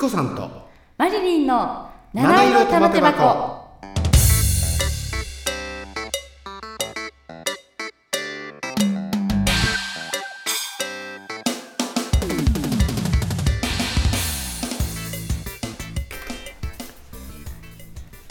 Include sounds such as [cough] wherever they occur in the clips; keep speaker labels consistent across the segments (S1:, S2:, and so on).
S1: コさんと
S2: マリリンの
S1: 七
S2: 七
S1: 色
S2: 色
S1: 玉
S2: 玉
S1: 手
S2: 手
S1: 箱
S2: 箱。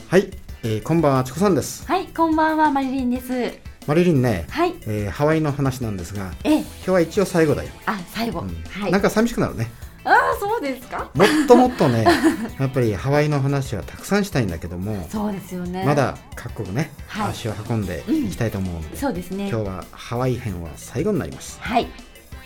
S1: はい、えーこんばんはチコさんです
S2: はい、こんばんは、マリリンです。
S1: マリリンね、
S2: はい、
S1: えーハワイの話なんですが
S2: え、
S1: 今日は一応最後だよ、
S2: あ、最後。
S1: うん
S2: はい。
S1: な
S2: あ
S1: んか寂しくなるね
S2: あー、そうですか。
S1: もっともっとね [laughs] やっぱりハワイの話はたくさんしたいんだけども
S2: そうですよね。
S1: ま。だ各国ね、
S2: はい
S1: 足を運んでいきたいと思うんで、
S2: そうですね。
S1: 今日はハワイ編は最後になります
S2: はい。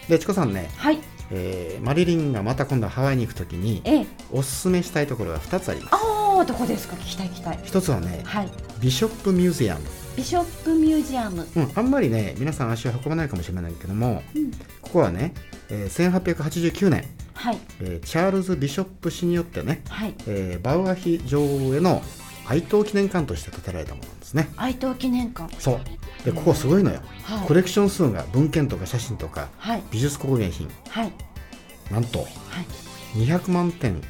S1: でチコさんね、
S2: はい。
S1: えーマリリンがまた今度ハワイに行くときに
S2: え、
S1: おすすめしたいところが2つあります
S2: ああ、どこですか。聞きたい、聞きたい。
S1: 一つはね
S2: はい。
S1: ビショップミュージアム、
S2: ビショップミュージアム。
S1: うん、あんまりね皆さん足を運ばないかもしれないけども
S2: うん。
S1: ここはね、えー1889年、
S2: はい。
S1: えーチャールズ・ビショップ氏によってね、
S2: はい。
S1: えーバウアヒ女王への哀悼記念館として建てられたものなんですね
S2: 哀悼記念館。
S1: そうでここすごいのよ、
S2: はい
S1: コレクション数が文献とか写真とか
S2: はい。
S1: 美術工芸品
S2: はい。
S1: なんと
S2: はい。
S1: 200万点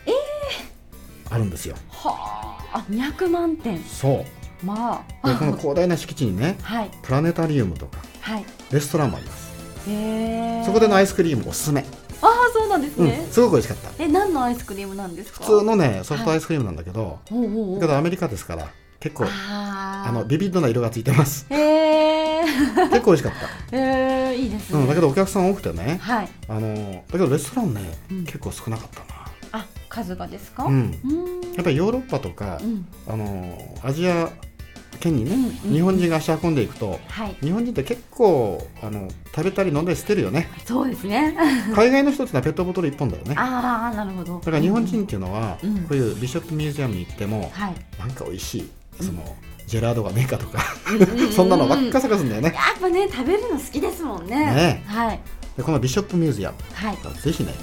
S1: あるんですよ、
S2: はあ。あ、200万点。
S1: そう
S2: まあ。
S1: でこの広大な敷地にね
S2: はい。
S1: プラネタリウムとか
S2: はい。
S1: レストランもあります
S2: へえ。
S1: そこでの
S2: あ
S1: アイスクリームおすすめ、
S2: あー、そうなんです
S1: うん
S2: ね。
S1: すごく美味しかった
S2: え、何のアイスクリームなんですか。
S1: 普通。のねソフトアイスクリームなんだけど、
S2: おうおうおう
S1: だけどアメリカですから結構
S2: あー
S1: あのビビッドな色がついてます
S2: [laughs] へえ
S1: 結構美味しかった、
S2: ー、 [laughs] えー、いいですね、
S1: うん、だけどお客さん多くてね
S2: はい
S1: あのだけどレストランね、
S2: うん
S1: 結構少なかったな
S2: あ数がですか
S1: う
S2: うんーん
S1: やっぱりヨーロッパとか
S2: う、ん
S1: あのアジア圏にね、
S2: うんうん
S1: 日本人が足運んでいくと
S2: はい
S1: 日本人って結構あの食べたり飲んだり捨てるよ
S2: [laughs]
S1: ね
S2: そうですね [laughs]
S1: 海外の人ってのはペットボトル1本だよねだ
S2: ああなるほどだ
S1: から日本人っていうのは、
S2: うん
S1: こういうビショップミュージアムに行っても、
S2: はい
S1: なんか美味しいその、ジェラードがメーカーとか [laughs]
S2: う
S1: そんなのばっか
S2: や
S1: 探すんだよね
S2: っぱね食べるの好きですもんね
S1: ね
S2: はい
S1: でこのビショップミュージアム
S2: はい
S1: ぜひね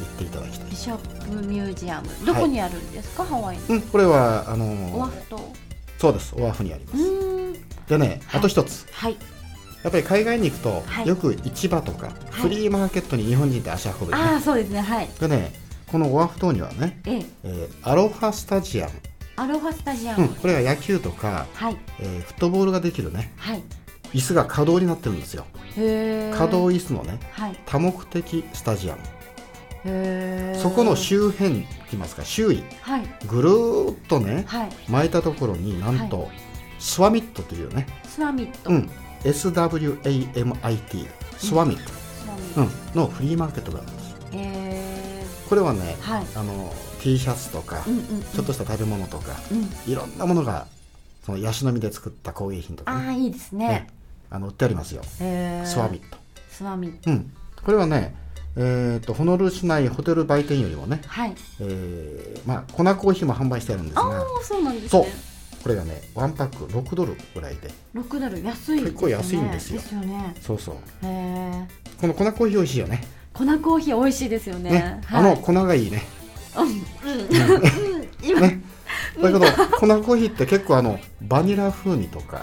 S1: 行っていただきたい
S2: ビショップミュージアムどこにあるんですか、ハワイの
S1: うんこれはあの
S2: オア
S1: ー
S2: フ島
S1: そうですオアフにありま
S2: う
S1: す
S2: ーん
S1: でね
S2: はい
S1: あと一つ
S2: はい
S1: やっぱり海外に行くと、
S2: はい
S1: よく市場とか、フリーマーケットに日本人って足運ぶよ
S2: あ
S1: ね
S2: あそうですねはい
S1: でねこのオアフ島にはね、
S2: ええ
S1: えーアロハスタジアム、
S2: アロハスタジア
S1: う
S2: ム、
S1: ん、これは野球とか、
S2: はい
S1: えーフットボールができるね
S2: はい
S1: 椅子が可動になってるんですよ
S2: へえ
S1: 可動椅子のね
S2: はいへ
S1: 多目的スタジアム
S2: え
S1: そこの周辺といいますか周囲
S2: はい
S1: ぐるーっとね
S2: はい
S1: 巻いたところになんと、スワミットというね、
S2: スワミット、
S1: うん、SWAMIT スワミット、
S2: スワミッ
S1: う
S2: ト、
S1: んのフリーマーケットがあるんです
S2: え
S1: これはね
S2: ー、はい、
S1: あの T シャツとか、
S2: うんうんうん、
S1: ちょっとした食べ物とか
S2: うん、
S1: いろんなものがそのヤシの実で作った工芸品とか
S2: あ
S1: ね
S2: あいいですね
S1: ねあの売ってありますよ、
S2: えー、
S1: スワミット、
S2: スワミット
S1: うん、これはね、えー、とホノルル市内ホテル売店よりもね、
S2: はい
S1: えーまあ、粉コーヒーも販売してあるんです
S2: あ
S1: が
S2: あそうなんです
S1: そう
S2: ね
S1: これがねワンパック6ドルぐらいで
S2: 六ドル安いです、ね、
S1: 結構安いんですよ
S2: ですよね
S1: そうそう
S2: へえ
S1: この粉コーヒー美味しいよね
S2: 粉コーヒー美味しいですよね
S1: ね、
S2: はい、
S1: あの粉がいいね
S2: うんうんうん今、
S1: ねだけど粉コーヒーって結構あのバニラ風味とか
S2: あ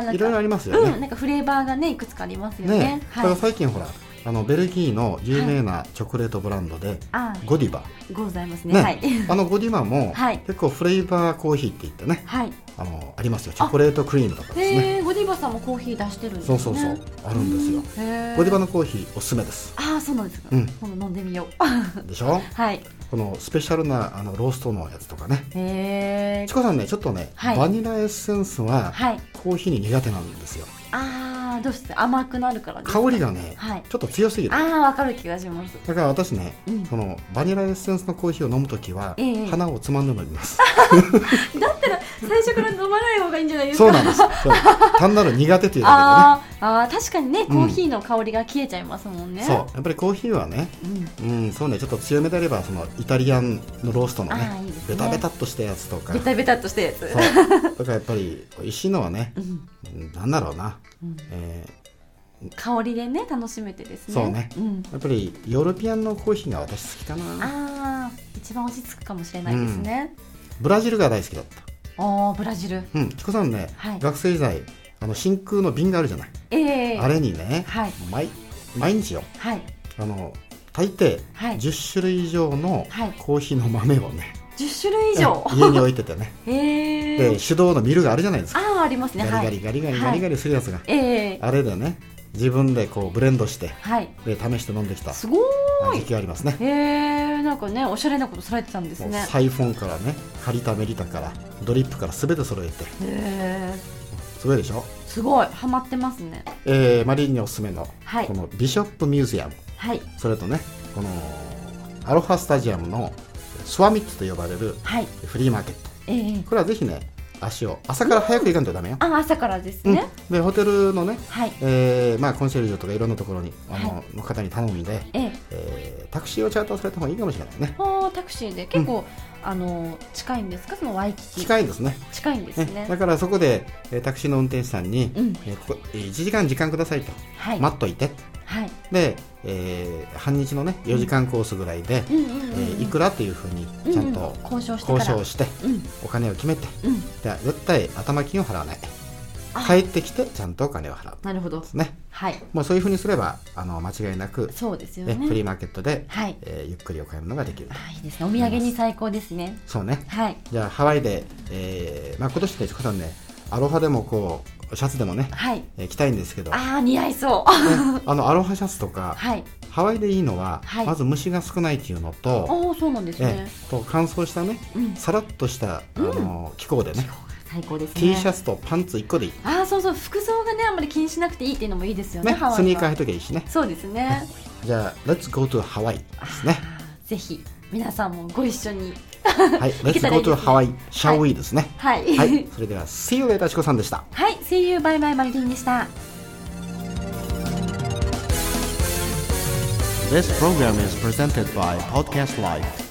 S2: あなんか
S1: いろいろありますよ
S2: うん
S1: ね。
S2: なんかフレーバーがねいくつかありますよね
S1: ねだ
S2: は
S1: か
S2: い
S1: ら最近ほらあのベルギーの有名なチョコレートブランドで
S2: あ
S1: ゴディバ
S2: あございますね
S1: ね
S2: はい [laughs]
S1: [laughs] あのゴディバも
S2: はい
S1: 結構フレーバーコーヒーって言ってね
S2: はい
S1: あのありますよチョコレートクリームとかですね
S2: へえゴディバさんもコーヒー出してるんです
S1: そ
S2: ね
S1: うそうそうあるんですよ
S2: へー
S1: ゴディバのコーヒーおすすめです
S2: ああそうなんですか、
S1: うん
S2: 今度飲んでみよう [laughs]
S1: でしょ
S2: はい
S1: このスペシャルなあのローストのやつとかね
S2: へえ
S1: チコさんねちょっとね
S2: はい
S1: バニラエッセンスは
S2: はい
S1: コーヒーに苦手なんですよ
S2: ああどうして甘くなるからですか
S1: 香りがね
S2: はい
S1: ちょっと強すぎる
S2: ああわかる気がします
S1: だから私ね、
S2: うん
S1: そのバニラエッセンスのコーヒーを飲むときは、
S2: ええ
S1: 花をつまんで飲みます。
S2: 最初から飲まない方がいいんじゃないですか
S1: そうなんです。そう単なる苦手というだ
S2: あーあー確かにねコーヒーの香りが消えちゃいますもん
S1: け
S2: ね、
S1: でね。そう、やっぱりコーヒーはね、
S2: うん、
S1: うん、そうね、ちょっと強めであれば、そのイタリアンのローストの
S2: あ
S1: ね
S2: ーいいですね
S1: ベタベタっとしたやつとか。
S2: ベタベタっとしたやつ
S1: そう、だからやっぱり美味しいのはね
S2: う、ん
S1: うんなんだろうな、
S2: うん
S1: え
S2: 香りでね楽しめてですね
S1: そうね
S2: ん
S1: ーやっぱりヨーロピアンのコーヒーが私好きかな。
S2: ああ一番落ち着くかもしれないですね、
S1: ブラジルが大好きだった。
S2: おおブラジル
S1: うん、チコさんね、
S2: はい
S1: 学生時代、あの真空の瓶があるじゃない。
S2: ええ
S1: あれにね、
S2: はい
S1: 毎毎日よ。
S2: はい
S1: あの大抵
S2: はい
S1: 10種類以上の
S2: はい
S1: コーヒーの豆をね、
S2: 10種類以上
S1: [laughs] 家に置いてて
S2: [laughs]
S1: ね
S2: へ
S1: で
S2: え
S1: 手動のミルがあるじゃないですか、
S2: ああありますね
S1: ガ
S2: は
S1: リガ
S2: い
S1: リガリガリガリガリするやつが、
S2: ええ
S1: あれでね自分でこうブレンドして
S2: はい
S1: で試して飲んできた
S2: すごー
S1: 時
S2: い
S1: 期がありますね
S2: へえなんかねおしゃれなことされてたんです
S1: もう
S2: ね
S1: サイフォンからね借りたメリタからドリップから全て揃えて
S2: へえ
S1: すごいでしょ、
S2: すごいハマってますね
S1: えーマリンにおすすめの
S2: はい
S1: このビショップミュージアム
S2: はい
S1: それとねこのアロハスタジアムのスワミットと呼ばれる
S2: はい
S1: フリーマーケット
S2: ええ
S1: これはぜひね足を朝から早く行かんとダメよ、
S2: あ朝からです
S1: うん
S2: ね、
S1: でホテルのね、
S2: はい
S1: えーまあ、コンシェルジュとかいろんなところにあの、
S2: は
S1: の方に頼んで、
S2: ええ
S1: えータクシーをチャーターされた方がいいかもしれないね
S2: あータクシーで結構、あの近いんですかそのワイキキ近い
S1: 近いですね
S2: んです
S1: ね
S2: ね
S1: だからそこで、えータクシーの運転手さんに、
S2: うん
S1: えーここえー1時間時間くださいと、
S2: はい、
S1: 待っといて
S2: はい
S1: で、えー半日のね4時間コースぐらいで、
S2: うんうんう
S1: え
S2: ん、
S1: ーいくらっていうふうにちゃんと
S2: うんうん交渉してから
S1: 交渉して
S2: うん
S1: お金を決めて
S2: うん
S1: で絶対頭金を払わない
S2: あ
S1: 帰ってきてちゃんとお金を払う
S2: なるほど
S1: ね
S2: はい
S1: もうそういうふうにすればあの間違いなく、
S2: そうですよ
S1: ねフリー
S2: ね
S1: マーケットで、
S2: はい
S1: えーゆっくりお買い物ができる
S2: あーいいですねお土産に最高ですね
S1: そうね
S2: はい
S1: じゃあハワイで、えーまあ、今年ねチコさんねアロハでもこうシャツでもね、
S2: はい
S1: えー着たいんですけど、ね、
S2: ああ似合いそう
S1: あのアロハシャツとか、
S2: はい
S1: ハワイでいいのは、
S2: はい
S1: まず虫が少ないっていうのと、
S2: おおそうなんです
S1: え
S2: ね、
S1: えと乾燥したね、
S2: うん
S1: さらっとした、あの気候でね、
S2: 最高ですね
S1: T シャ
S2: ツ
S1: ツとパンツ1個でいい、
S2: ああそうそう服装がねあんまり気にしなくていいっていうのもいいですよね
S1: ね、
S2: ハワイは
S1: スニーカー履いときゃいいしね
S2: そうですね
S1: じゃあ Let's go to Hawaii です
S2: [laughs]
S1: ね
S2: あーぜひ皆さんもご一緒に
S1: はい
S2: けた
S1: Let's
S2: らい
S1: go
S2: いで
S1: to
S2: すね
S1: Hawaii shall we です
S2: [laughs]
S1: ね
S2: はい
S1: はいそれでは See you later チコさんでした
S2: はい、声優バイバイマリリンでした。
S1: This program is presented by Podcast Life